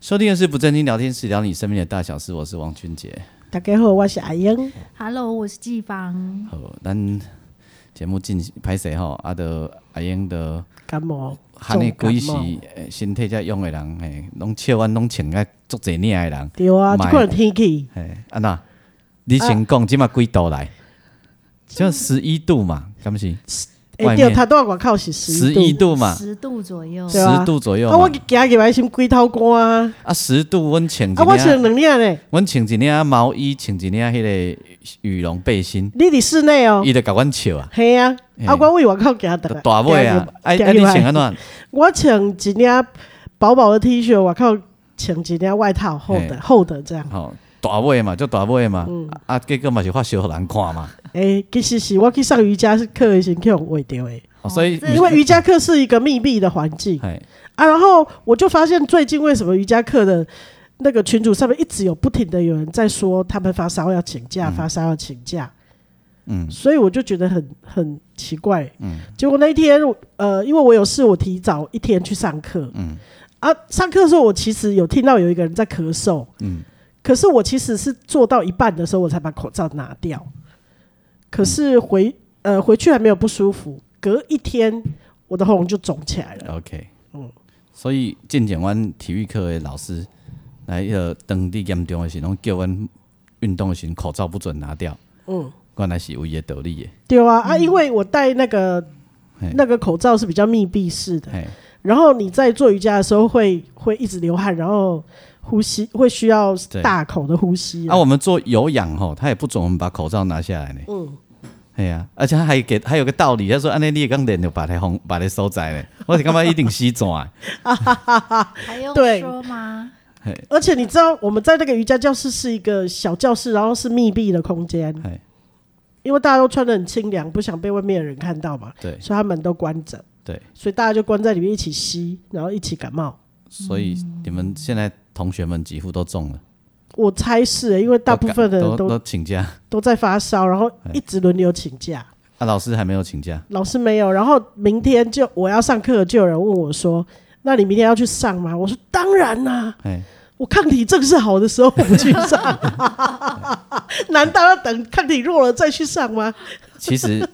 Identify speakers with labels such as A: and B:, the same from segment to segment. A: 收听的是不正经聊天室，聊你身边的大小事。我是王俊杰。
B: 大家好，我是阿英。
C: Hello，我是季芳。
A: 好，咱节目进行拍摄吼，啊，着阿英的
B: 感冒，
A: 喊你
B: 重感
A: 几时
B: 冒
A: 诶身体才用的人，嘿，拢笑完拢穿个足侪领的人，
B: 对啊，
A: 买
B: 这款天气，
A: 嘿，安那，你先讲即嘛几度
B: 啊
A: 来？就十一度嘛，敢不是？
B: 哎
A: 外
B: 对，
A: 面
B: 他到外口是
A: 十
B: 十
A: 一
B: 一度。
A: 度嘛，
C: 十度左右。
B: 对啊
A: 十度左右
B: 啊，我
A: 嘛。
B: 行入来先规头汗啊，
A: 啊，十度，阮穿一
B: 啊，我穿
A: 领，
B: 两领呢。
A: 阮穿一领毛衣，穿一领迄个羽绒背心，
B: 你伫室内哦，
A: 伊就甲阮笑啊。
B: 嘿啊，
A: 嘿
B: 啊，我为外口行的。
A: 大尾啊，哎
B: 行
A: 哎，
B: 入
A: 你
B: 行入
A: 穿
B: 来
A: 安怎？
B: 我穿一领薄薄的 T 恤，外口穿一领外套，厚的
A: 嘿
B: 厚的这样。
A: 吼、大尾嘛，就大尾嘛，啊，结果嘛是发烧互人看嘛，
B: 诶，哎其实是我去上瑜伽课的时候去人喂掉诶，
A: 哦所以
C: 这
A: 你
B: 因为瑜伽课是一个密闭的环境
A: 嘿，
B: 啊。然后我就发现最近为什么瑜伽课的那个群组上面一直有不停的有人在说他们发烧要请假，发烧要请假。
A: 嗯，
B: 所以我就觉得很很奇怪。嗯，结果那一天，呃，因为我有事，我提早一天去上课。嗯，啊，上课的时候我其实有听到有一个人在咳嗽。嗯，可是我其实是做到一半的时候，我才把口罩拿掉。可是回呃回去还没有不舒服，隔一天我的喉咙就肿起来了。
A: ，OK，所以进前阮体育课的老师来迄个当地严重的时候，拢叫阮运动的时候口罩不准拿掉，嗯，原来是有伊的道理的，
B: 对啊，啊，因为我戴那个
A: 嗯嘿
B: 那个口罩是比较密闭式的，
A: 嘿，
B: 然后你在做瑜伽的时候会会一直流汗，然后呼吸会需要
A: 对
B: 大口的呼吸
A: 啊，我们做有氧吼，他也不准我们把口罩拿下来呢，嗯。哎呀、而且他还给还有个道理，他说安尼你刚练就把它红把它收窄嘞，我是感觉一定死 怎的，
C: 还用
B: 对
C: 说吗？
B: 而且你知道我们在那个瑜伽教室是一个小教室，然后是密闭的空间
A: 嘿，
B: 因为大家都穿的很清凉，不想被外面的人看到嘛，
A: 对
B: 所以他们都关着，
A: 对，
B: 所以大家就关在里面一起吸，然后一起感冒。
A: 所以你们现在同学们几乎都中了，
B: 我猜是、欸因为大部分的人
A: 都
B: 都
A: 都请假，
B: 都在发烧，然后一直轮流请假，
A: 啊，老师还没有请假，
B: 老师没有。然后明天就我要上课，就有人问我说：“那你明天要去上吗？”我说：“当然啦、
A: 哎，
B: 我抗体正是好的时候我不去上， 难道要等抗体弱了再去上吗？
A: 其实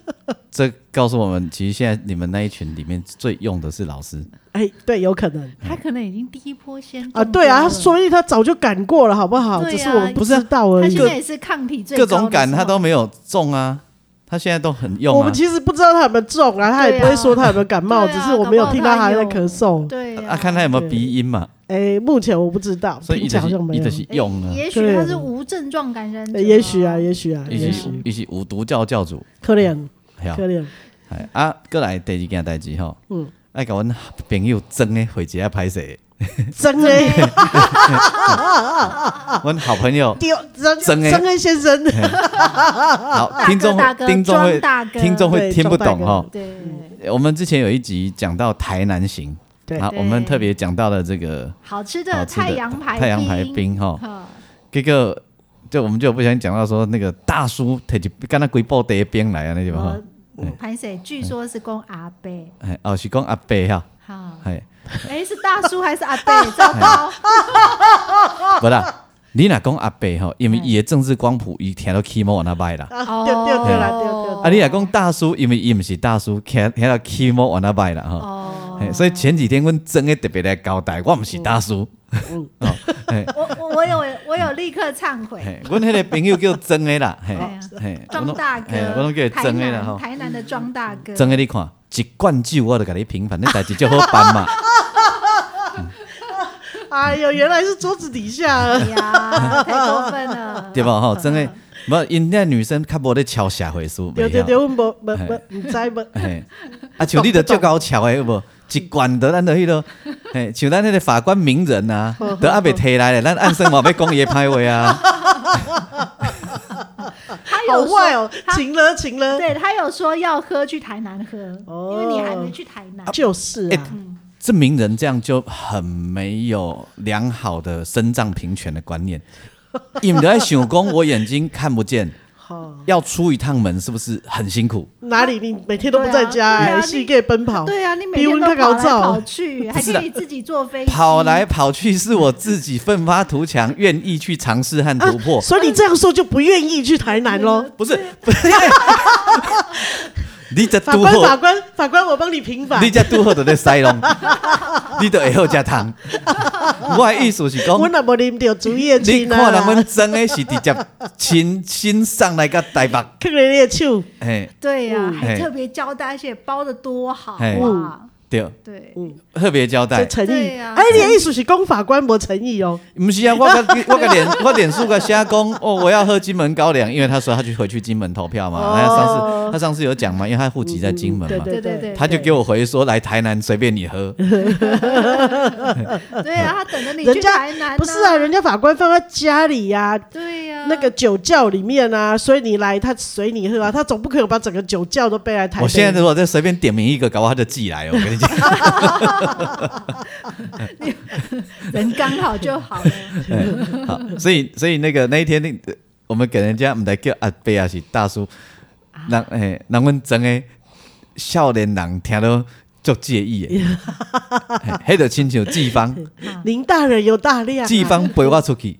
A: 这告诉我们，其实现在你们那一群里面最用的是老师，
B: 哎，对，有可能
C: 他可能已经第一波先中
B: 啊，对啊，
C: 标
B: 他
C: 了
B: 所以他早就赶过了，好不好？
C: 对啊
B: 只是我们不知道而
C: 他
B: 已
C: 现。
A: 啊
C: 在也是抗体最
A: 各
C: 高
A: 种
C: 的
A: 感
C: 时候
A: 他都没有中啊，他现在都很
B: 我
A: 用啊
B: 们。其实不知道他有没有中啊，他也不会说他有没有感冒，
C: 对
B: 只
C: 啊
B: 是我没有听到他在咳嗽。
C: 对
A: 啊，看他有没有鼻音嘛，
B: 哎，目前我不知道，
A: 所以
B: 听
A: 一
B: 起
A: 直
B: 来好像
A: 是
B: 没
A: 一
B: 有
A: 直。是用啊
C: 哎，也许他是无症状感染者，
B: 哎也许啊，，也许啊，
A: 一
B: 也
A: 是
B: 许
A: 一是无毒教教主，
B: 可怜
A: 嘿啊
B: 可怜，
A: 哎啊，过来第二件代志吼，嗯，爱甲阮朋友争诶，回一下歹势，
B: 真的，
A: 阮好朋友
B: 啊丢真
A: 真的
B: 真的先生，
A: 好
C: 大
A: 听
C: 哥
A: 众
C: 啊大
A: 会
C: 哥，
A: 听众
C: 庄
A: 会
C: 大哥，
A: 听众会
B: 对
A: 听不
B: 庄大
A: 懂
B: 哥
A: 吼，
C: 对，
A: 我们之前有一集讲到台南行，
B: 对
A: 好，
C: 对
A: 我们特别讲到了这个
C: 好吃
A: 好
C: 的
A: 吃的
C: 太阳牌
A: 太阳牌
C: 冰，
A: 冰哈，
C: 哈
A: 这个就我们就不小心讲到说那个大叔摕一干那几包茶冰来啊，那地方哈
C: 我，哦潘谁？
A: 嗯
C: 据说是公阿贝，
A: 哎，哦是讲阿伯哈，
C: 哈，
A: 哎，
C: 哎，是大叔还是阿 贝？糟糕，啊
A: 不啦，你若讲阿伯吼，
C: 嗯
A: 因为伊的政治光谱伊听到起毛往那摆
C: 哦
A: 啦，
B: 啊对对对啦，对对对。
A: 啊你若讲大叔，因为伊毋是大叔，听听到起毛往那摆啦吼。
C: 哦，
A: 哎所以前几天阮真的特别来交代，我毋是大叔，
C: 我我我有我有立刻忏悔，
A: 嘿阮迄个朋友叫真 的啦，嘿
B: 哦
C: 哎呀，
A: 嘿，我
C: 庄
A: 拢
C: 大
A: 嘿
C: 哥，
A: 我拢叫伊
C: 台
A: 真的啦
C: 南
A: 吼。
C: 台南的庄大哥，
A: 真的你看，一罐酒我就给你平反，那 代志就好 办嘛。
B: 哎呦，原来是桌子底下。啊
C: 哎呀，太过分了，
A: 对
B: 嗯
A: 吧？吼，真的，无因那女生较无咧敲社会事，
B: 对
A: 袂
B: 对
A: 晓
C: 哎
B: 对，我们不不不，你知不？
A: 嘿，啊，像你着足够敲的有无？一罐的咱的 迄落，嘿，像咱迄个法官名人啊，都还袂提来咧，咱按算嘛要讲伊的歹话啊。
C: 他
B: 好
C: 有
B: 坏
C: 说，
B: 哦，晴了晴了，
C: 对他有说要喝去台南喝，
B: 哦
C: 因为你还没去台南。
B: 就是啊，
A: 这名人这样就很没有良好的身障平权的观念，你们在想讲我眼睛看不见，
B: 好
A: 要出一趟门是不是很辛苦？
B: 哪里你每天都不在家，
C: 对啊
B: 哎
C: 对啊
B: 是给奔跑，
C: 对啊，你每
B: 比
C: 天
B: 温
C: 都
B: 太高
C: 跑来
B: 照
C: 跑去，还
A: 是啊
C: 可以自己坐飞机，
A: 跑来跑去是我自己奋发图强，愿意去尝试和
B: 啊
A: 突破，
B: 所以你这样说就不愿意去台南
C: 嗯
B: 喽。
A: 不 是？不是你这
B: 法
A: 拄
B: 官，法
A: 好，
B: 官，法官，我帮你平反
A: 你。这拄好就在塞拢，你都会好食汤。我的意思是讲，
B: 我那无啉到竹叶
A: 你
B: 青
A: 看人
B: 啊
A: 阮，真的是直接亲亲上来个台北，
B: 看人家手，
A: 嘿，
C: 对呀、
B: 嗯
C: 还
A: 嘿
C: 特别交代，而且包的多好
A: 嘿
C: 啊！
A: 对，
C: 对，
A: 特别交
B: 这
A: 代。
B: 嗯诚意。
C: 对啊
B: 哎，你的意思是公法官没诚意哦？
A: 不是啊，我个我个脸我脸书个瞎公哦，我要喝金门高粱，因为他说他去回去金门投票嘛，
B: 哦
A: 他上次他上次有讲嘛，因为他户籍在金门嘛，
B: 对
C: 对
B: 对
C: 对，
A: 他就给
C: 我
A: 我回说来台南随便你喝，
C: 对啊，他等着你去
B: 人家
C: 台南、
B: 不是啊，，人家法官放在家里呀，
C: 对啊呀、
B: 那个酒窖里面啊，所以你来他随你喝啊，他总不可能把整个酒窖都背来台北。
A: 我现在如果再随便点名一个，搞不好他就寄来哦，我跟你讲，
C: 人刚好就好 了。
A: 哎好， 所以所以那个那一天那我们给人家唔来叫阿伯啊是大叔，
B: 啊
A: 人诶人阮真诶少年人听到足介意 诶，嘿，迄就亲像季芳。
B: 林大人有大量、啊，
A: 季芳陪我出 去，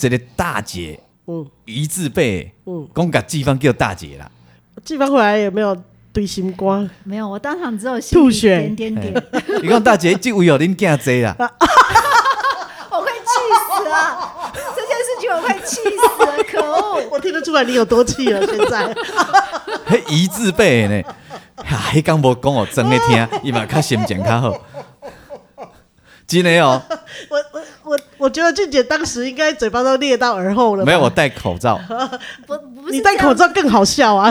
A: 一个大姐
B: 嗯，
A: 一字辈
B: 嗯，
A: 讲甲季芳叫大姐啦，
B: 季芳回来有没有对心光？
C: 没有，我当场只有心里
B: 吐血
C: 点点点，
A: 伊讲大姐即位哦恁囝 济啦，
C: 我快气死了！这件事情我快气死了，可恶！
B: 我听得出来你有多气了。现在
A: 迄一字辈呢，哈，迄讲无讲哦，真诶 听，伊嘛较心情较好，真诶哦，
B: 我我我我觉得俊姐当时应该嘴巴都裂到耳后了吧。
A: 没有我戴 口罩，
C: 不不是
B: 你戴
C: 这样
B: 口，罩更好笑啊，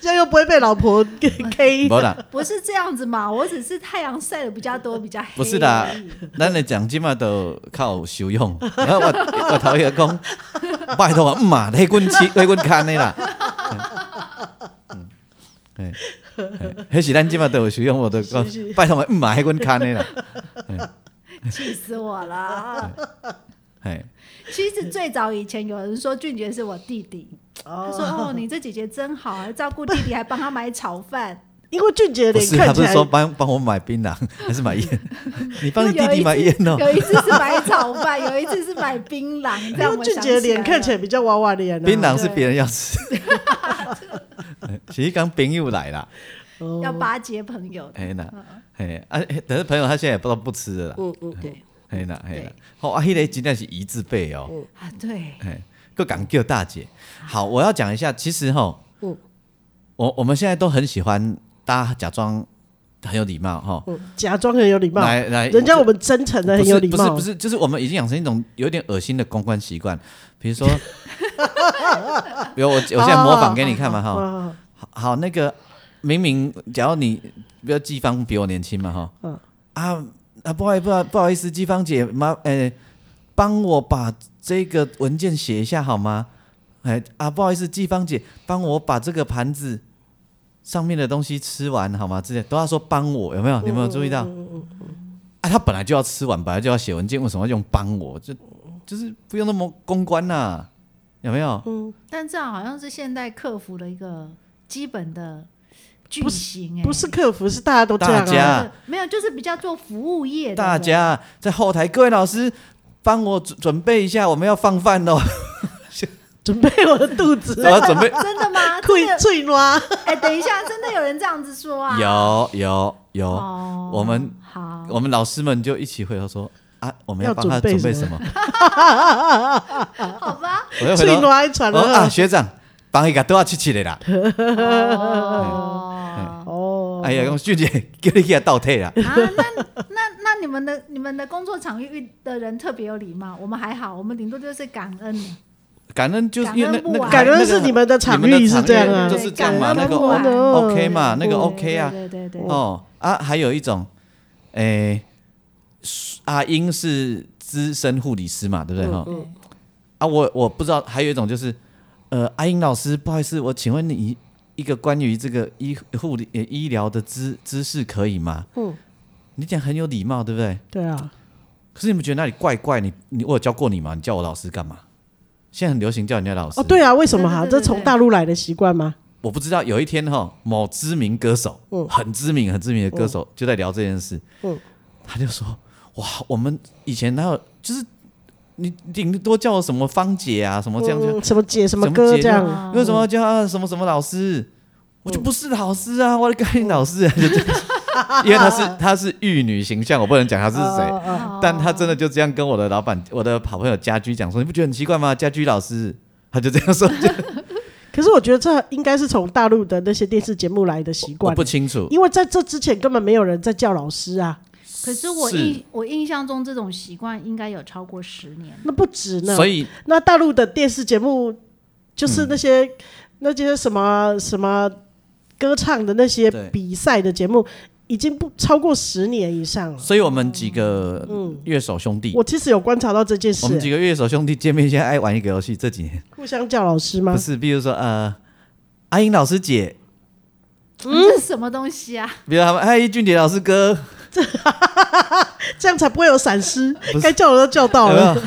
B: 这样又不会被老婆给 K。
A: 无啦，
C: 不是这样子嘛？我只是太阳晒的比较多，比较黑。
A: 不是啦， 咱诶奖金嘛都较有修养， 然后我我头一个讲，拜托啊，毋嘛，迄 阮饲迄阮牵诶啦。嗯，嗯嘿，迄是咱即嘛都有使用，我都讲
B: 是是
A: 拜托嘛，毋嘛，迄阮牵诶啦。
C: 气死我了！
A: 嘿，
C: 其实最早以前有人说俊杰是我弟弟，他说哦，你这姐姐真好，还照顾弟弟，还帮他买炒饭。
B: 因为俊姐的
A: 不
B: 脸
A: 是，
B: 看
A: 他
B: 起
A: 不是
B: 来
A: 说帮帮我买槟榔， 还是买烟？你帮你弟
C: 有一
A: 弟买
C: 次
A: 烟 哦。
C: 有一次是买炒饭，有一次是买槟榔，这
B: 因
C: 样
B: 为
C: 我
B: 哎俊
C: 想
B: 杰的脸
C: 来
B: 看起来
C: 了
B: 比较娃娃脸啊。
A: 槟榔是别人要吃， 哎其实刚朋友来啦，
B: 哦
C: 要巴结朋友的。
B: 哎
A: 嘿啦，嘿啊，嘿但是朋友他现在也不知道不吃了啦，
B: 嗯嗯
C: 对
A: 嘿啦嘿啦
C: 对，
A: 哦啊，迄个真正是一字辈哦。
B: 嗯
C: 啊，对，
A: 哎，各港各大姐。好，我要讲一下，其实哈，
B: 嗯
A: 我我们现在都很喜欢大家假装很有礼貌哈，
B: 嗯，假装很有礼貌，
A: 来来，
B: 人家我们真诚的
A: 不
B: 很有
A: 是
B: 礼
A: 不是
B: 貌
A: 不。是，就是我们已经养成一种有点恶心的公关习惯，比如 说，比如我我现在模仿给你看嘛哈，
B: 啊，
A: 好好那个明明，假如你比如季芳比我年轻嘛哈，
B: 嗯
A: 啊啊不好意思不好意思，季芳姐麻哎帮我把这个文件写一下好吗？哎啊，不好意思，季芳姐，帮我把这个盘子上面的东西吃完好吗？之类都要说帮我，有没有？你有没有注意到？啊，他本来就要吃完，本来就要写文件，为什么要用帮我？就就是不用那么公关呐、有没有？
C: 但这样好像是现代客服的一个基本的句型，哎，
B: 不是客服，是大家都这样
A: 大家
B: 啊。
A: 啊
C: 没有，就是比较做服务业的人
A: 大家在后台，各位老师帮我准准备一下，我们要放 饭喽，
B: 准备我的肚
A: 我
B: 子，
A: 要准 备。
C: 真的 吗？
B: 溃
C: 真的
B: 脆拉。
C: 哎，等一下，真的有人这样子说啊？
A: 有有有，
C: 哦，
A: 我们
C: 好，
A: 我们老师们就一起回头说啊，我们
B: 要
A: 帮他
B: 准备
A: 准备
B: 什
A: 什么？
C: 好吧，
A: 我又回
B: 脆
A: 头
B: 拉一传
A: 哦啊，
B: 了。
A: 学长，帮伊个都要去起来啦。
C: 哦。
B: 哦，
A: 哎呀，讲俊姐， 叫你去他倒退啦。
C: 啊，那那那你们的你们的工作场域遇的人特别有礼貌，我们还好，我们顶多就是感恩，
A: 感恩就是因为那哎那个
B: 感恩是
A: 那个
B: 你们的场域是这样啊哦
A: 你们的场域就是这样嘛，
C: 对感
A: 那个
C: 恩不完
A: O- OK 嘛，那个
C: 对
A: OK 啊，
C: 对对对对
A: 哦啊，还有一种，诶、阿英是资深护理师嘛，对不对哦哈？
B: 嗯
A: 啊，我我不知道，还有一种就是，呃，阿英老师，不好意思，我请问你一个关于这个医护理呃医疗的知知识可以吗？
B: 嗯，
A: 你讲很有礼貌，对不对？
B: 对啊，
A: 可是你们觉得那里怪怪？你你我有教过你吗？你叫我老师干嘛？现在很流行叫人家老师
B: 哦，对啊，为什么哈？
C: 对对对
B: 这
C: 对
B: 从大陆来的习惯吗？
A: 我不知道有一天哈，某知名歌手，
B: 嗯
A: 很知名很知名的歌手，就在聊这件事，
B: 嗯
A: 他就说：“哇，我们以前哪有就是你顶多叫我什么芳姐啊，什么这样就
B: 嗯什么姐什么
A: 什么
B: 哥
A: 姐
B: 这样，
C: 啊
A: 为什么要叫她什么什么老师？我
B: 嗯
A: 就不是老师啊，我的概念老师、 啊，就这样因为她是她是玉女形象，我不能讲她是谁，
B: 哦？哦
A: 但他真的就这样跟我的老板、我的好朋友家居讲说：“你不觉得很奇怪吗？家居老师，他就这 样说，就
B: 可是我觉得这应该是从大陆的那些电视节目来的习
A: 我
B: 惯
A: 不，清楚。
B: 因为在这之前根本没有人在叫老师啊，
C: 可是我
A: 是
C: 印我印象中这种习惯应该有超过十年。
B: 那不止呢。
A: 所以嗯
B: 那大陆的电视节目就是那些、那些什么什么歌唱的那些
A: 对
B: 比赛的节目，已经不超过十年以上了。
A: 所以我们几个乐手兄弟，
B: 嗯我其实有观察到这件事、哎
A: 我们几个乐手兄弟见面现在爱玩一个游戏，这几年
B: 互相叫老 师吗
A: 不？是，比如说呃，阿英老师姐，嗯
C: 这是什么东西 啊？
A: 比如他们哎，俊杰老师哥，
B: 这样才不会有闪失
A: 不是，哎
B: 该叫的都叫到
A: 有没有
B: 了，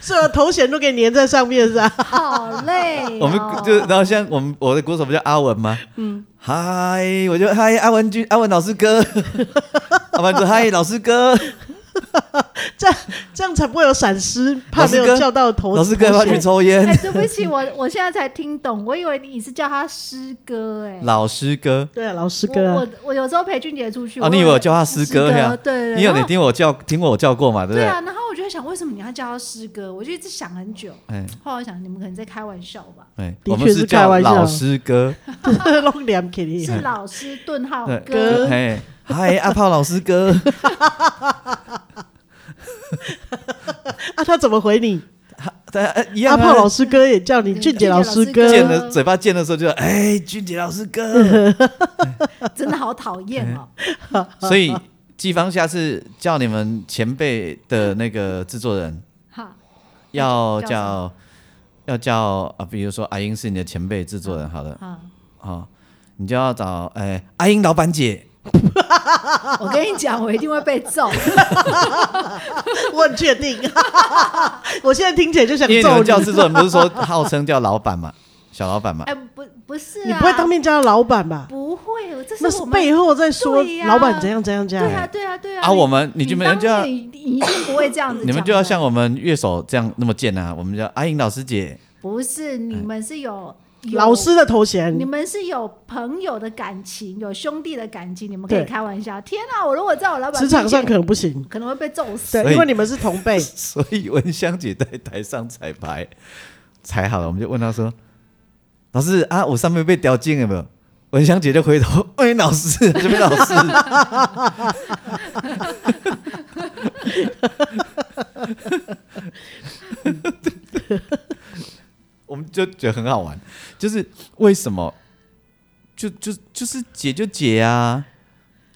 B: 所有头衔都给粘在上面是吧？
C: 好累、哦。
A: 我们就然后像我们我的鼓手不叫阿文吗？嗯，嗨，我就嗨阿文君阿文老师哥， 阿文就嗨老师哥，
B: 这样才不会有闪失，怕
A: 老师
B: 没有
A: 哥
B: 叫到头。
A: 老师哥要不要
B: 头衔
A: 去抽烟
C: 哎、。对不起，我我现在才听懂，我以为你是叫他师哥哎、
A: 老师哥，
B: 对啊，老师哥
C: 我
B: 啊
C: 我，我有时候陪俊杰出去，
A: 哦，你以为我叫他师哥呀？
C: 对对，
A: 你有你
C: 然后
A: 听我叫听过我叫过嘛，对不
C: 对
A: 对？
C: 啊，然后我就在想，为什么你要叫他师哥？我就一直想很久，
A: 哎
C: 后来我想你们可能在开玩笑吧，
A: 哎，
B: 的
A: 我们
B: 确
A: 是
B: 是开
A: 叫
B: 玩笑
A: 老师哥，
B: 弄脸给你。
C: 是老师顿号
A: 对
C: 哥，
A: 哎，嗨阿炮老师哥，
B: 啊，他怎么回你？
A: 对啊一
B: 阿
A: 样
B: 炮
A: 啊。
B: 老师哥也叫你俊杰老师
C: 俊杰
B: 哥
A: 见
C: 老师哥，
A: 的嘴巴见的时候就哎，俊杰老师哥，
C: 真的好讨厌 哦。
A: 所以季芳下次叫你们前辈的那个制作人
C: 哈，
A: 要
C: 叫什
A: 叫要叫啊，比如说阿英是你的前辈制作人，好的，
C: 啊，
A: 好，你就要找哎阿英老板姐，
C: 我跟你讲，我一定会被揍。
B: 我很确定。 我现在听起来就想
A: 因为你
B: 揍
A: 们叫
B: 你。
A: 制作人不是说 号称叫老板嘛，小老板嘛，
C: 哎，不不是啊，
B: 你不会当面叫他老板吧？
C: 不会，我这
B: 那
C: 我
B: 是
C: 们
B: 背后在说
C: 啊对呀
B: 老板怎样怎样怎
C: 对啊
B: 样。
C: 对啊对啊
A: 啊我们你就没人
C: 当
A: 就要
C: 面你你一定不会这样子，
A: 你们就要像。我们乐手这样那么贱啊！我们叫阿英老师姐，
C: 不是，
A: 哎
C: 你们是有有
B: 老师的头衔
C: 你，们是有朋友的感情，有兄弟的感情，你们可以
B: 对
C: 开玩笑。天啊，我如果在我老板
B: 职场上
C: 面
B: 可
C: 前
B: 能不行。
C: 可能会被揍死。
A: 所
B: 对，
A: 以。
B: 因为你们是同辈
A: 所以文香姐在台上彩排踩好了，我们就问她说：“老师啊，我上面被叼进了没有？”文香姐就回头：“哎，老师， 这边老师。”我们就觉得很好玩，就是为什么？就就就是姐就姐啊，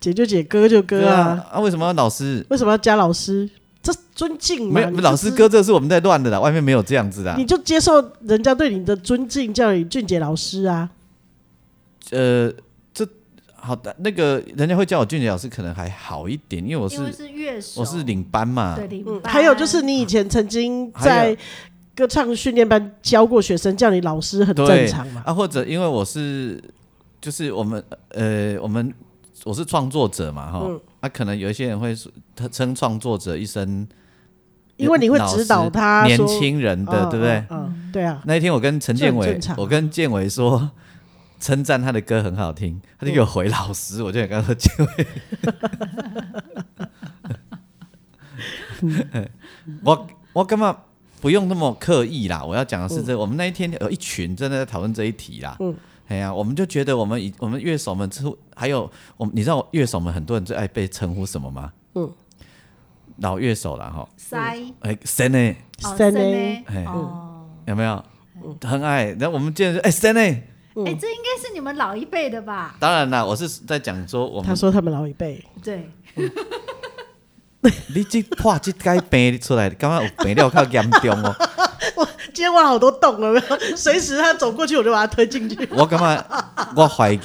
B: 姐就姐，哥就哥啊。
A: 啊，为什么要老师？
B: 为什么要加老师？这尊敬嘛。
A: 没有
B: 嗯你就
A: 老师
B: 知
A: 哥，，啊这是我们在乱的啦，外面没有这样子的。
B: 你就接受人家对你的尊敬，叫你俊杰老师啊。
A: 呃，这好的，那个人家会叫我俊杰老师，可能还好一点，因为我是
C: 因为是乐手，
A: 我是领啊班嘛
C: 对。领
B: 嗯，
C: 班
B: 还有就是你以前曾经
A: 还有
B: 在歌唱训练班教过学生，叫你老师很
A: 对
B: 正常嘛。
A: 啊，或者因为我是就是我们呃我们我是创作者嘛哈，那、
B: 嗯
A: 可能有一些人会说他称创作者一声
B: 因为你会
A: 老师
B: 指导他
A: 年
B: 说
A: 轻人的，
B: 嗯
A: 对不对？
B: 嗯嗯，对啊，
A: 那一天我跟陈建
B: 这很
A: 伟
B: 正常，啊
A: 我跟建伟说称赞他的歌很好听，他就给我回老师，我就想跟他说 建伟， 我我干嘛不用那么刻意啦？我要讲的是这，我们那一天有一群真的在讨论这一题啦。
B: 嗯
A: 哎呀、我们就觉得我们以我们乐手们出，还有我们，你知道乐手们很多人最爱被称呼什么吗？
B: 嗯，
A: 老乐手啦哈，
C: 塞
A: 哎，谁呢？
C: 哦
B: 三嗯
C: 塞
B: 呢，
C: 呢
A: 哎
C: 哦，
A: 有没有？
B: 嗯
A: 很爱。然后我们见着，哎，Stanley，
C: 哎，这应该是你们老一辈的吧？
A: 当然啦，我是在讲说我
B: 他
A: 们
B: 说他们老一辈，
C: 对，
A: 你这话这该病出来，刚刚有病了较严重哦。
B: 我今天挖好多洞，有没有？随时他走过去，我就把他推进去。
A: 我感觉，我怀疑，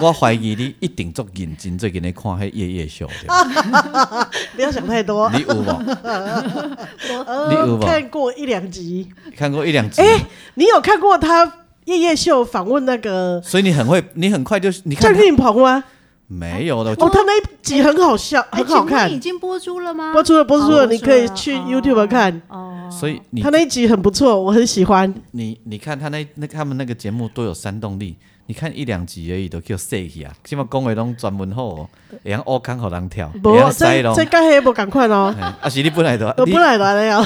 A: 我怀疑你一定足认真最近咧看迄夜夜秀， 对吧
B: 不要想太多，
A: 你有无？你有
B: 呃，
A: 吧
B: 看过一两集。
A: 看过一两集
B: 哎、，你有看过他夜夜秀访问那个
A: 所以你很会，你很快就你看
B: 郑运鹏吗？
A: 没有的，
B: 哦，
A: 就
B: 他那一集很好笑，
C: 哎
B: 很好
C: 请问已
B: 看。
C: 经播出了吗？
B: 播出了，播出
C: 哦
B: 了，你可以去
C: 哦
B: YouTube 看。
C: 哦。
A: 所以你
B: 他那一集很不错，我很喜欢。
A: 你你看他那那他们那个节目多有煽动力，你看一两集而已都叫死去啊！起码讲话拢专门好哦，会用乌康互人跳，
B: 不
A: 会用，塞
B: 这
A: 咯。
B: 这跟黑不赶快哦，
A: 嘿啊是你本来就
B: 我
A: 你
B: 不来了哎呀。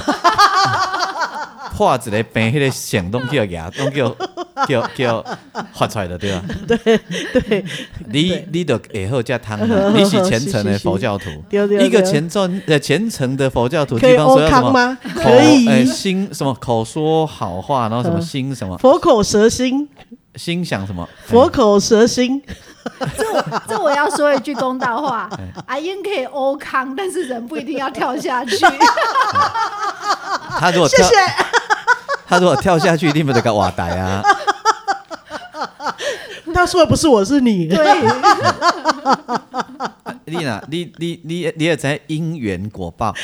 A: 破一个病，迄个响拢 叫牙，拢叫叫叫发出来的对吧？
B: 对，
A: 你你就会好加 汤啊，你是虔诚的佛教徒，
B: 丢丢
A: 一个
B: 丢
A: 虔诚呃虔诚的佛教徒，
B: 可以
A: 比方说
B: 欧
A: 要什
B: 康
A: 么
B: 吗？
A: 口
B: 可
A: 呃
B: 以，嗯
A: 心什么口说好话，然后什么心什么
B: 佛口蛇心，
A: 心想什么
B: 佛口蛇心，
A: 哎
C: 这我要说一句公道 话，阿英可以欧康，但是人不一定要跳下 去。
A: 他如果
B: 谢
A: 跳
B: 谢。
A: 他如果跳下去，你们得个瓦呆啊！
B: 他说的不是我，是你。
A: 啊
C: 对，
A: 你呐，你你你你也知因缘果报，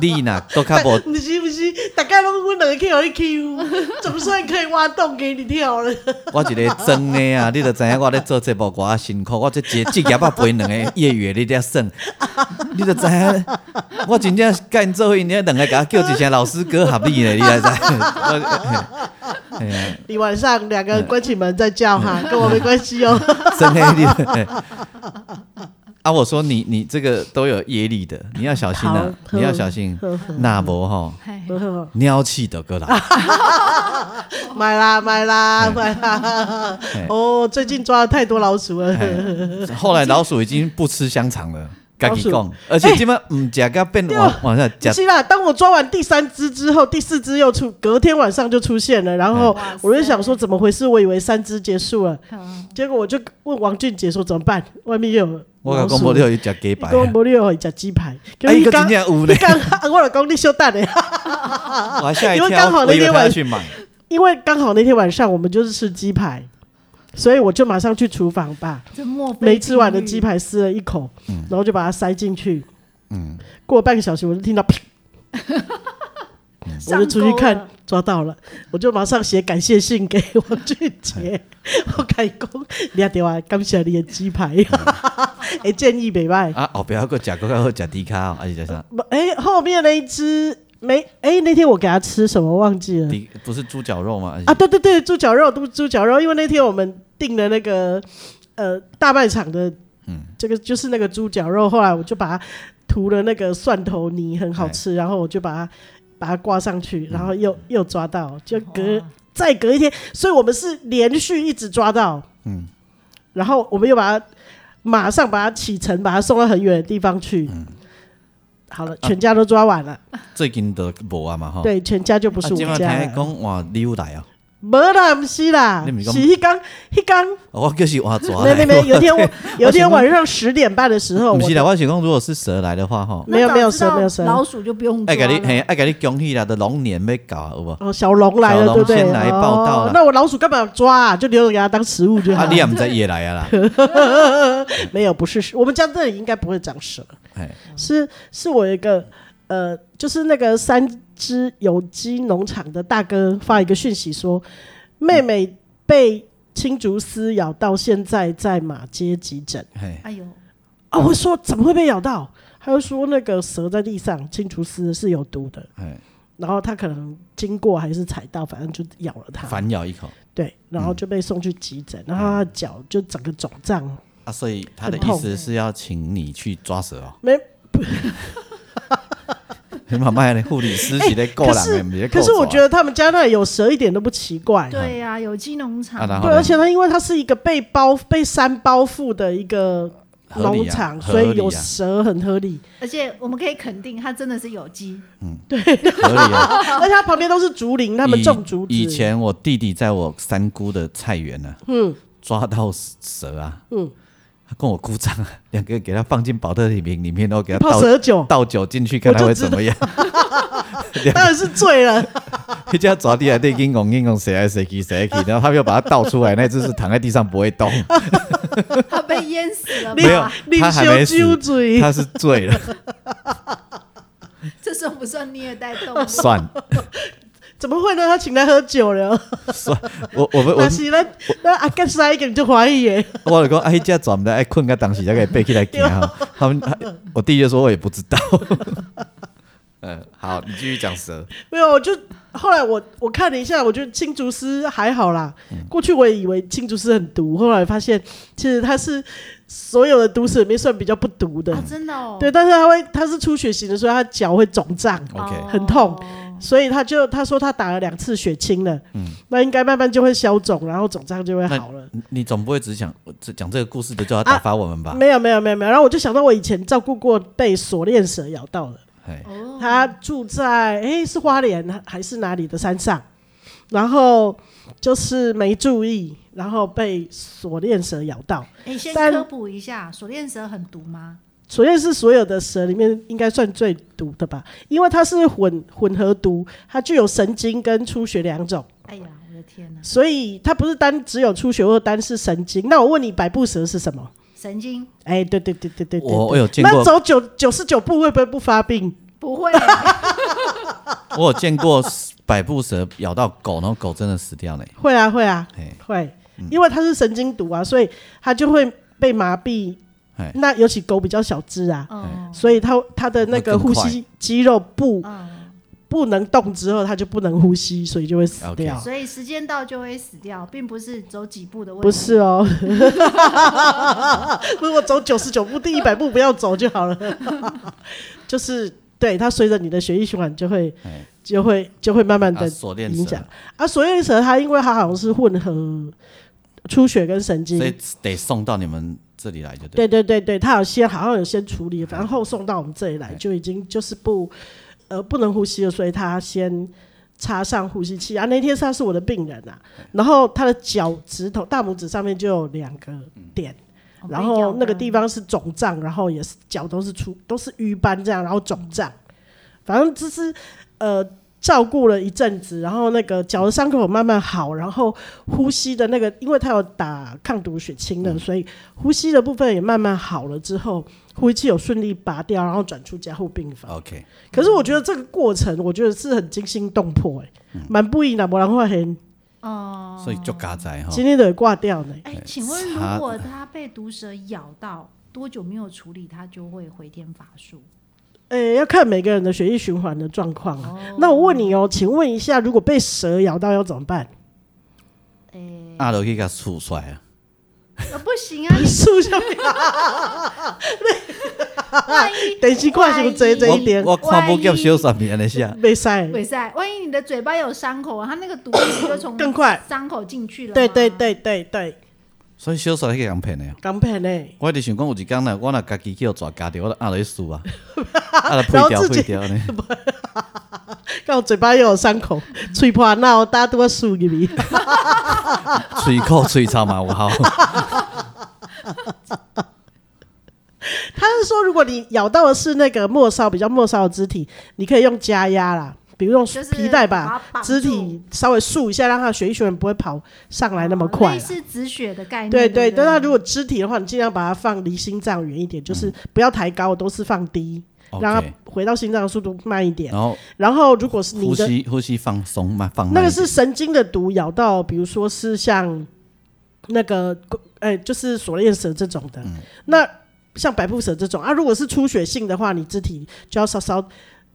A: 你呐都较无
B: 你是不是？大概都我两个 Q 一 Q，总 算可以挖洞给你跳了。
A: 我一个真的啊，你就知影我咧做节目偌辛苦，我这职职业啊陪两个业余你咧算，你就知影我真正甲因做伙，因两个甲我叫一声老师哥合理咧，你也知。我嘿嘿啊
B: 你晚上两个人关起门再叫
A: 哎
B: 哈，跟我没关系 哦。
A: 真的你嘿啊，我说你你这个都有业力的，你要小心
B: 好
A: 啊，你要小心，那无吼鸟气的哥
B: 啊
A: 啦。
B: 买啦买
A: 哎
B: 啦买啦！哦，最近抓了太多老鼠
A: 哎
B: 了。
A: 嘿后来老鼠已经不吃香肠了，家 己
B: 老哎
A: 讲，而且今麦唔食甲变
B: 对
A: 往往下
B: 不
A: 食
B: 是啦，当我抓完第三只之后，第四只又出，隔天晚上就出现了。然后
C: 嗯
B: 我就想说怎么回事，我以为三只结束了，
C: 哎
B: 结果我就问王俊杰说怎么办，外面又有
A: 我甲
B: 老
A: 讲
B: 鼠
A: 无，了伊食鸡排，
B: 公伯六吃鸡排，
A: 哎，伊
B: 你
A: 个真正有
B: 你
A: 呢，
B: 刚 我老公你休蛋嘞，
A: 我还吓一
B: 因为刚好
A: 跳，我
B: 那
A: 以为
B: 天
A: 他要
B: 晚
A: 去 买，
B: 因为刚好那天晚上我们就是吃鸡排，所以我就马上去厨房把
C: 这莫非
B: 没吃完的鸡排撕了一口，
A: 嗯
B: 然后就把它塞进去。过了半个小时，我就听到啪，
C: 定
B: 我
C: 律
B: 就出去
C: 上钩
B: 看
C: 了，
B: 抓到了，我就马上写感谢信给王俊 杰，我开工，你阿电话感谢你的鸡排， 哎，建议北拜。
A: 啊，后壁还个食个较好食猪卡，啊还是食啥？
B: 不哎，后面那一只没哎，那天我给他吃什么忘记了
A: 猪不是猪脚肉吗？还是
B: 啊？对对对，猪脚肉，猪猪脚肉，因为那天我们订了那个呃大卖场的，这个就是那个猪脚肉，后来我就把它涂了那个蒜头泥，很好吃，然后我就把它把它挂上去，然后又又抓到，就隔再隔一天，所以我们是连续一直抓到，嗯，然后我们又把它马上把它启程，把它送到很远的地方去，好了，全家都抓完了，
A: 最近都无啊嘛吼。
B: 对，全家就不
A: 啊，
B: 是我
A: 今麦
B: 们
A: 听
B: 家了。
A: 讲换溜来啊，
B: 无啦，不是啦，
A: 你不是
B: 是
A: 讲
B: 迄刚迄刚，
A: 哦我就是换蛇
B: 没
A: 来
B: 没。 没，有一天我有一天
A: 想说
B: 晚上十点半的时候，我
A: 不是啦，我想讲，如果是蛇来的话吼，
B: 没有
C: 那
B: 没有
C: 早知道
B: 蛇没有蛇
C: 老鼠就不用抓
A: 爱哎甲你
C: 了。
A: 嘿，爱甲你恭喜啦，都龙年要搞有无？
B: 哦小龙来了，
A: 小
B: 对
A: 龙
B: 不对？
A: 先来报道
B: 哦
A: 了，
B: 那我老鼠干嘛抓啊？就留着给它当食物就好
A: 啊，。你也毋知伊会来啊啦，
B: 没有，不是蛇，我们家这里应该不会长蛇，
A: 嘿，
B: 是是我一个呃，就是那个三只有机农场的大哥发一个讯息说，妹妹被青竹丝咬到，现在在马街急诊。
A: 嘿，
C: 哎呦，
B: 啊，我说怎么会被咬到？他就说那个蛇在地上，青竹丝是有毒的，
A: 嘿，
B: 然后他可能经过还是踩到，反正就咬了他。
A: 反嗯咬一口。
B: 对，然后就被送去急诊，然后他的脚就整个肿胀，
A: 啊，所以他的
B: 很
A: 意
B: 痛
A: 思是要请你去抓蛇哦。
B: 没。
A: 你妈妈的护理师是在够
B: 可
A: 人的，不
B: 是
A: 在
B: 哎
A: 啊
B: 可是我觉
A: 得
B: 得他们家那里有蛇一点都不奇怪。
C: 对呀，有机农
A: 啊然
C: 场
A: 后
B: 对，而且它因为它是一个被包被山包覆的一个
A: 合
B: 农
A: 理啊
B: 场，
A: 合
B: 所以
A: 理
B: 有
A: 啊
B: 蛇很合理，
C: 而且我们可以肯定，它真的是有机。
A: 合理啊。
B: 而且它旁边都是竹林， 他们
A: 以
B: 种竹子。
A: 以前我弟弟在我三姑的菜园呢、啊，嗯，抓到蛇啊，嗯，他跟我姑丈啊， 两个给他放进保特瓶里面，然后给他
B: 泡
A: 倒
B: 蛇酒，
A: 倒酒进去，看他会怎么样。
B: 当然是醉了。
A: 一家抓地来对英拱英拱谁来谁去谁来去，然后他们又把它倒出来，那只是躺在地上不会动，
C: 它被淹死了
A: 没有
C: 吧？
B: 啊你
A: 他还没
B: 修酒
A: 死，
B: 醉，
A: 他是醉了，
C: 这算不算虐待动 物？
A: 算
B: 怎么会呢？他请他喝酒了，
A: 算，我我们
B: 那
A: 我们
B: 是那那阿干塞给你就怀疑 耶，
A: 我就讲，哎，这转的爱困个当时才给背起来行哈。他们，他我弟就说，我也不知道。 嗯，好，你继续讲蛇。
B: 没有，我就后来我我看了一下，我觉得青竹丝还好啦。
A: 嗯
B: 过去我也以为青竹丝很毒，后来发现其实它是所有的毒蛇里面算比较不毒的
C: 啊，，真的哦。
B: 对，但是它会它是出血型的，所以它脚会肿胀。
A: OK，、
C: 哦
B: 很痛所以他就他说他打了两次血清了，那应该慢慢就会消肿，然后肿胀就会
A: 嗯那
B: 好了。
A: 你你总不会只讲只讲这个故事的，就
B: 啊
A: 要打发我们吧？
B: 没有没有没有没有，然后我就想到我以前照顾过被锁链蛇咬到的，
A: 哎、
C: 哦，
B: 他住在诶是花莲还是哪里的山上，然后就是没注意，然后被锁链蛇咬到。
C: 哎，先
B: 但
C: 科普一下，锁链蛇很毒吗？
B: 锁链是所有的蛇里面应该算最毒的吧，因为它是混混合毒，它具有神经跟出血两种，
C: 哎呀，我的天哪！
B: 所以它不是单只有出血或单是神经。那我问你，百步蛇是什么？
C: 神经
B: 哎、对对对对对对
A: 我我
B: 对
A: 有见
B: 那
A: 过，
B: 走九九十九步会不会不发病？
C: 不会，啊
B: 哎
A: 我有见过百步蛇咬到狗，然后狗真的死掉呢。
B: 会啊，会啊，
A: 哎
B: 会，因为它是神经毒啊，所以它就会被麻痹。
A: 哎，
B: 那尤其狗比较小只啊，
C: 嗯
B: 所以它它的那个
A: 会
B: 呼
A: 更快
B: 吸肌肉不
C: 嗯，
B: 不能动之后，它就不能呼吸，所以就会死
A: OK
B: 掉。
C: 所以时间到就会死掉，并不是走几步的问题。
B: 不是哦，如果走九十九步，第一百步不要走就好了。 就是对它随着你的血液循环就会
A: 哎
B: 就会就会慢慢的
A: 啊锁链
B: 嗯影响
A: 蛇，
B: 啊，所以蛇它因为它好像是混合出血跟神经
A: 所，以得送到你们这里来就对。
B: 对对对对，它有先好像有先处理，然后送到我们这里来，就已经就是不呃不能呼吸了，所以他先插上呼吸器啊。那天他是我的病人啊，然后他的脚趾头大拇指上面就有两个点，
C: 哦
B: 然后那个地，
C: 被咬
B: 方是肿胀，然后也是脚都是出都是淤斑这样，然后肿胀，反正就是呃照顾了一阵子，然后那个脚的伤口慢慢好，然后呼吸的那个，因为他有打抗毒血清的，所以呼吸的部分也慢慢好了之后，呼吸器有顺利拔掉，然后转出加护病房。
A: OK，
B: 可是我觉得这个过程，我觉得是很惊心动魄、欸，蛮、不易的，不然会很
C: 到哦，
A: 所以就嘎仔哈
B: 今，天得挂掉呢、
C: 哎，请问如
A: 它
C: 果它被毒蛇咬到，多久没有处理，它就会回天乏术？
B: 呃、要看每个人的血液循环的状况啊。那我问你哦，请问一下，如果被蛇咬到要怎么办？
A: 阿罗啊去给他吐出来啊。
C: 呃，不行啊，你
B: 树下 面，
C: 万一
B: 等一下看是不是这这一点
A: 我我看不见小闪片的下，
B: 没塞。
C: 伪塞，万一你的嘴巴有伤口啊，它那个毒液就从
B: 更快
C: 伤口进去了。
B: 对对，对对对，
A: 所以小闪去人骗的哦。
B: 港片呢？
A: 我一直想讲，有一天呢，我若家己去互蛇咬着，我就压落去 输啊，压落
B: 然后
A: 配掉
B: 自己
A: 配 掉呢。
B: 刚好嘴巴又有伤口，嘴破闹，大家都要输给你。
A: 喙口喙臭嘛，有 效。
B: 他是说，如果你咬到的是那个末梢比较末梢的肢体，你可以用加压啦，比如用
C: 就是
B: 皮带
C: 把
B: 把
C: 它绑
B: 肢体稍微束一下，让它的血液循环不会跑上来那么快
C: 类
B: 啦。
C: 似止血的概念。
B: 对对，
C: 对不
B: 但它如果肢体的话，你尽量把它放离心脏远一点，就是不要抬高，都是放低，让它
A: OK，
B: 回到心脏的速度慢一点
A: 然。后
B: 然后如果是你
A: 呼
B: 的
A: 吸呼吸放松嘛，放慢
B: 那个
A: 一点
B: 是神经的毒咬到，比如说是像那个哎、就是锁链蛇这种
A: 嗯
B: 的，那像白腹蛇这种啊，如果是出血性的话，你肢体就要稍稍。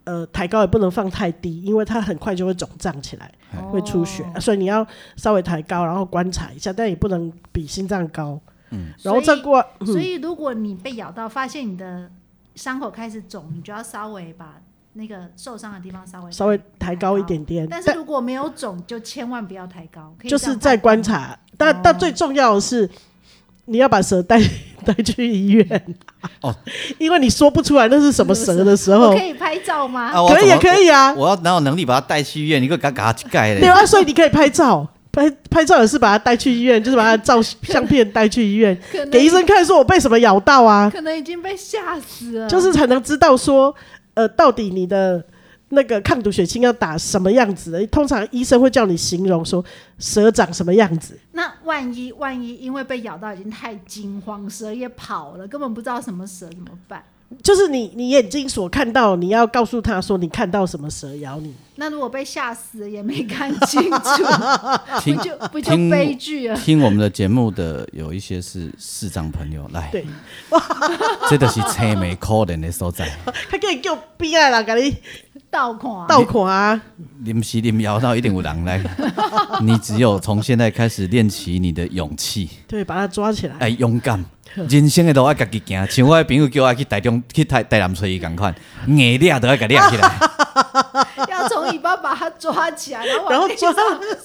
B: 呃，抬高也不能放太低，因为它很快就会肿胀起来，
A: 哎
C: 哦
B: 会出血、啊所以你要稍微抬高，然后观察一下，但也不能比心脏高。嗯，然后再过，
C: 所以如果你被咬到，发现你的伤口开始肿，你就要稍微把那个受伤的地方稍微
B: 稍微抬高一点点，
C: 但是如果没有肿，就千万不要抬高，可以
B: 就
C: 这
B: 是
C: 样
B: 在
C: 判断
B: 观察，但但最重要的是，你要把蛇带 带去医院。
A: 哦，
B: 因为你说不出来那是什么蛇的时
C: 我
B: 候
C: 可，以拍照吗？
A: 啊，我
B: 可以
A: 怎
B: 啊
A: 么
B: 可以啊，
A: 我要哪有能力把它带去医院？你给我嘎嘎去盖
B: 对
A: 嘞！
B: 啊，所以你可以拍照，拍拍照也是把它带去医院，就是把它照相片带去医院，
C: 可能
B: 给医生看，说我被什么咬到啊，
C: 可能已经被吓死了，
B: 就是才能知道说，呃，到底你的那个抗毒血清要打什么样子的。通常医生会叫你形容说蛇长什么样子，
C: 那万一万一因为被咬到已经太惊慌，蛇也跑了，根本不知道什么蛇怎么办。
B: 就是你你眼睛所看到，你要告诉他说你看到什么蛇咬你。
C: 那如果被吓死也没看清 楚，
B: 啊
A: 听
C: 不就不就
A: 听
C: 悲剧了？
A: 听我们的节目的有一些是视障朋友，来，
B: 对，
A: 这都是青梅可怜的所在。
B: 他给你叫逼爱啦，给你
C: 倒恐啊！
B: 倒款啊，
A: 临时临摇到一定有人来，你只有从现在开始练起你的勇气，
B: 对，把他抓起来。
A: 哎，勇敢。人生的路要家己行，像我的朋友叫我去台中、去台台南找伊共款，硬抓都要家抓起来。
C: 要从尾巴把它抓起来，然后
B: 然后
C: 往地上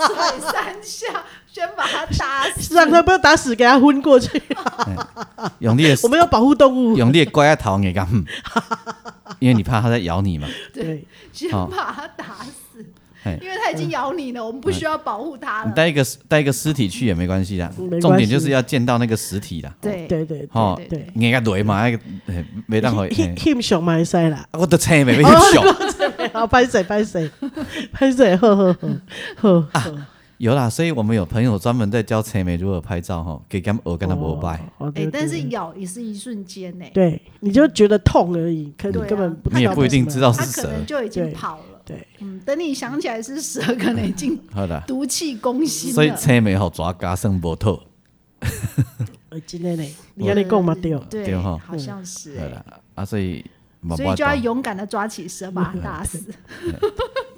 C: 甩三下，先把它打死。
B: 让他不要打死，给他昏过去。
A: 用你的
B: 我们要保护动物。
A: 用你的乖头硬讲，嗯因为你怕它在 咬你嘛。
B: 对，
C: 先
A: 好
C: 把它打死，
A: 嘿
C: 因为它已经咬你了，我们不需要保护它
A: 你
C: 了。
A: 带一个带一个尸体去也没关系的
B: 没关，系
A: 重点就是要见到那个实体的。
C: 对
B: 对对
A: 哦
C: 对
B: 对，
A: 硬甲雷嘛，那个嘿没 当好。嘿
B: him 熊埋塞啦。
A: 啊我都青梅要翕相。
B: 好，拍谁拍谁拍谁，呵呵呵呵。
A: 有啦，所以我们有朋友专门在教青梅如何拍照哈，给他们我跟他膜拜。
B: 哦，
C: 哎、
B: 对
C: 但是
B: 对
C: 咬也是一瞬间呢、
B: 对，你就觉得痛而已，可你
C: 对啊
B: 根本不
A: 你也不一定知道
C: 它可
A: 是蛇。
C: 能就已经
B: 对
C: 跑了。
B: 对，
C: 嗯，等你想起来是蛇，可能已经
A: 好啦，
C: 毒气攻心
A: 所以
C: 了。
A: 青梅吼抓加算无透。
B: 呃，今天呢，你要你讲嘛对，
C: 对，
A: 对吼
C: 好像是、
A: 好
C: 欸。
A: 啦，啊，所以嘛
C: 所
A: 没
C: 以就要
A: 办法
C: 勇敢的抓起蛇，把它打死。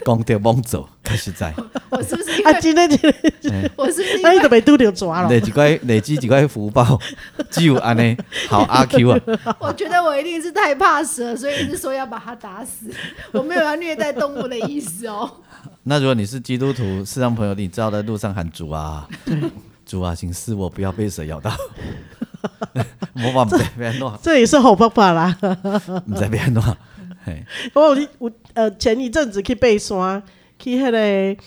A: 讲到罔做，确 实在
C: 我是不是因
B: 啊，
C: 为
B: 今天今天，
C: 我是不是因
B: 那你
C: 为
B: 都没拄着抓了
A: 累，积块 累积几块福报， 只有 安尼好阿 Q 啊。
C: 我觉得我一定是太怕蛇，所以一直说要把它打死。 我没有要虐待动物的意思哦。
A: 那如果你是基督徒，视障朋友，你知道在路上喊主啊， 主啊，请赐我不要被蛇咬到。 我把不别弄，
B: 这也是好爸爸啦。
A: 唔知别弄。嘿，
B: 我有我呃前一阵子去爬山，去迄、个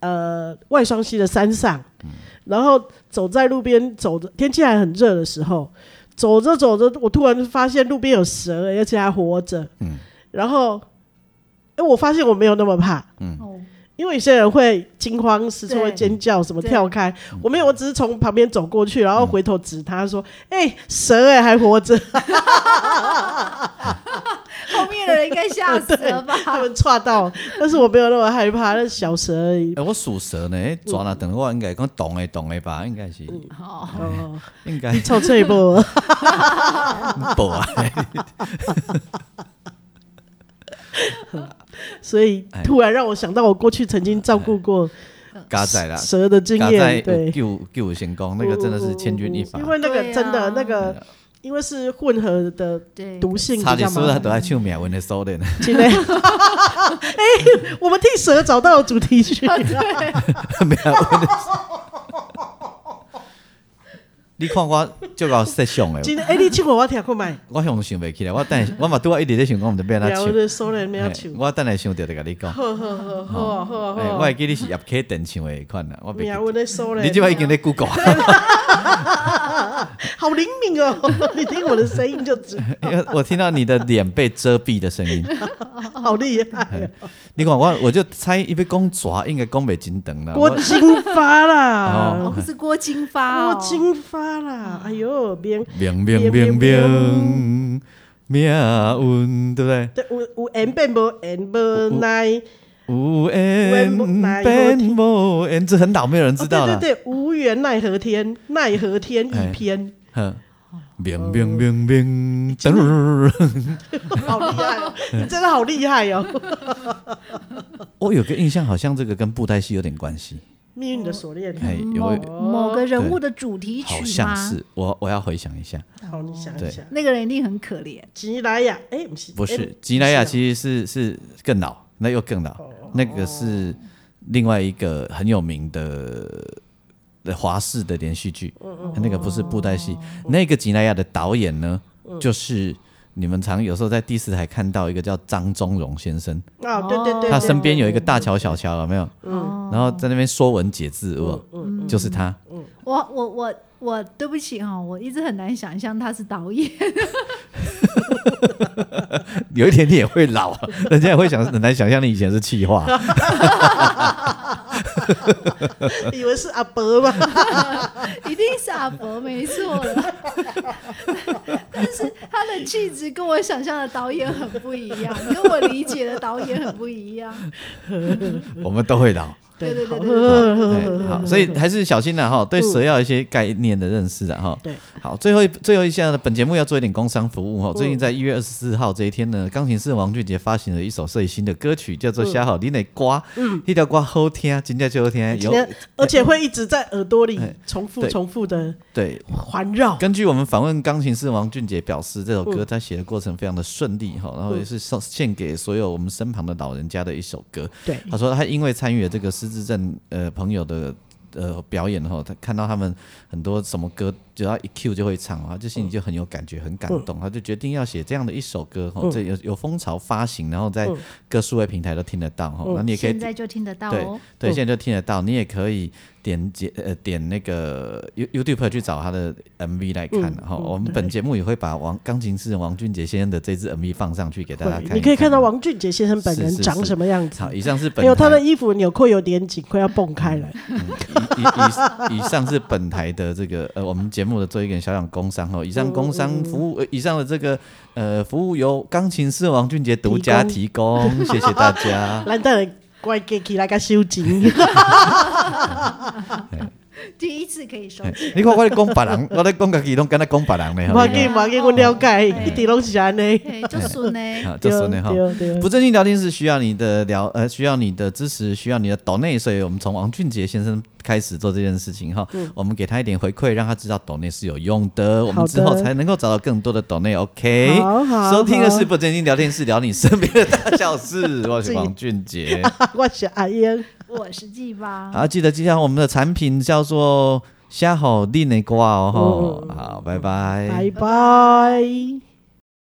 B: 呃外双溪的山上，然后走在路边走着，天气还很热的时候，走着走着，我突然发现路边有蛇，而且还活着。
A: 嗯
B: 然后，哎、我发现我没有那么怕，
A: 嗯
C: 哦，
B: 因为有些人会惊慌失措，
C: 对
B: 会尖叫，什么
C: 对
B: 跳开，我没有，我只是从旁边走过去，然后回头指他说：“哎、蛇哎、还活着。”
C: 后面的人应该吓死了 吧？
B: 他们踹到，但是我没有那么害怕，那是小蛇而 已。
A: 哎，我属蛇呢，哎抓了等我应该讲懂诶懂诶吧，应该是
C: 哦，
B: 哦，
A: 应该
B: 你臭脆不？
A: 不啊。
B: 所以突然让我想到我过去曾经照顾过
A: 嘎仔 啦，
B: 蛇的经
A: 哎嘎仔
B: 验，
A: 有
B: 对，
A: 救救成功，那个真的是千钧一发
B: 因。为那个
C: 对啊
B: 真的那个，因为是混合的
C: 对，
B: 毒性
A: 差
B: 比
A: 点
B: 较
A: 输了
B: 麻
A: 都
B: 烦。
A: 爱唱缅文的收敛，
B: 今天，哎， 我们替蛇找到了主题曲，
A: 哎缅文的。你看我就搞摄像
B: 今天
A: 诶，
B: 哎，你请我我听看麦，
A: 我想想袂起来，我等下我嘛拄啊一直在想讲，我们变哪
B: 然
A: 唱
B: 后。就收了没有
A: 嘿
B: 唱，
A: 我等下想着就甲你讲，
B: 呵呵呵呵呵
A: 哎哎，我
B: 呵，
A: 会记你是叶克登唱的款啦，我袂
B: 喵，
A: 记。
B: 哦我在收了，
A: 你即摆已经在 Google 了
B: 好灵敏哦， 你听我的声音就知，
A: 因为我听到你的脸被遮蔽的声音。
B: 好厉
A: 哎
B: 害哦。
A: 你看我，我就猜伊要讲蛇，应该讲袂真长啦。我
B: 郭金发啦
A: 哦，
C: 哦，是郭金发
B: 郭
C: 哦，
B: 金发啦，哎呦，别
A: 明明明明命运，对不对？
B: 对，有有缘变无缘无奈，
A: 无缘变无缘，这很老，没有人知道
B: 哦
A: 哎了。
B: 对对对，无缘奈何天，奈何天一 篇，
A: 哼
B: 哦
A: 明明明明，噔！
B: 好厉害哦！
A: 哎
B: 你真的好厉害哦！
A: 我有个印象，好像这个跟布袋戏有点关系，
B: 命运的锁链，
A: 哎，
C: 某
B: 哦
A: 有
C: 某个人物的主题曲
A: 好
C: 吗？
A: 像是我，我要回想一下，
B: 好，你想一想，
C: 那个人一定很可怜。
B: 吉莱雅，哎，不是，
A: 不
B: 哎
A: 是吉莱雅，
B: 啊
A: 其实是是更老，那又更老，那个是另外一个很有名的的华视的连续剧，那个不是布袋戏，那个吉莱亚的导演呢，就是你们常有时候在第四台看到一个叫张忠荣先生，
B: 啊，对对对，
A: 哦他
B: 对
A: 身边有一个大乔小乔，有没有？
C: 嗯
A: 然后在那边说文解字，有没有
C: 嗯
A: 就是他，
C: 我我我我，对不起哦，我一直很难想象他是导演。
A: 有一天你也会老啊，人家也会想很难想象你以前是气话，
B: 以为是阿伯嘛，
C: 一定是阿伯，没错了。 但是他的气质跟我想象的导演很不一样，跟我理解的导演很不一样。
A: 我们都会老。
C: 对对对对
A: 对，好，所以还是小心了哈，对蛇要有一些概念的认识的哈。
B: 对，
A: 好，最后一最后一项呢，本节目要做一点工商服务哈。最近在一月二十四号这一天呢，钢琴师王俊杰发行了一首最新的歌曲，叫做《虾好你的瓜》，嗯，那条瓜好听，今天就好听， 有
B: 而且会一直在耳朵里
A: 哎
B: 重复
A: 对
B: 重复的
A: 对。
B: 环绕。
A: 根据我们访问钢琴师王俊杰表示，这首歌在写的过程非常的顺利哈，然后也是送献给所有我们身旁的老人家的一首歌。
B: 对，
A: 他说他因为参与了这个失智症呃朋友的呃表演后，他看到他们很多什么歌，只要一 Q 就会唱，他就心里就很有感觉，很感
B: 嗯
A: 动，他就决定要写这样的一首歌哈、这有有风潮发行，然后在各
B: 嗯
A: 数位平台都听得到哈，那、 你也可以
C: 现在就听得到
A: 对
C: 哦。
A: 对，
B: 嗯
A: 现在就听得到，你也可以点解呃点那个 You YouTube 去找他的 MV 来看，
B: 嗯
A: 然后、我们本节目也会把王钢琴师王俊杰先生的这支 MV 放上去给大家
B: 会
A: 看，
B: 你可以看到。王俊杰先生本人
A: 是是
B: 长
A: 是
B: 什么样子
A: 好，，以上是本嗯
B: 还有他
A: 台
B: 的衣服纽扣有点紧，快要蹦开了。
A: 以以以以上是本台的这个呃，我们节目的做一点小小工商哦。以上工商服务，呃、以上的这个呃服务由钢琴师王俊杰独家提供，谢谢大 家。
B: 蓝蛋的乖 g a k 来个修 剪，
C: 第一次可以收
A: 哎你看我在讲别人，我在讲家己，拢敢若讲别人呢。
B: 我
A: 好
B: 给
A: 你
B: 我给我了解，
C: 哦
B: 一直拢是安尼。
C: 嘿，就顺呢。
A: 看 啊，这说呢哈。
B: 对哦对
A: 不正经聊天是需要你的聊，呃，需要你的支持，需要你的抖内，所以我们从王俊杰先生开始做这件事情哈，
B: 嗯
A: 我们给他一点回馈，让他知道抖内是有用的，我们之后才能够找到更多的抖内。OK，
B: 好好
A: 收听的
B: 好
A: 是不正经聊天室，聊你身边的大 小事，我是
B: 自己
A: 王俊杰。
B: 我是阿英，
C: 我是季芳，
A: 好，记得记下我们的产品叫
B: 哦
A: 做虾好利内瓜哦，吼好，拜拜
B: 拜拜。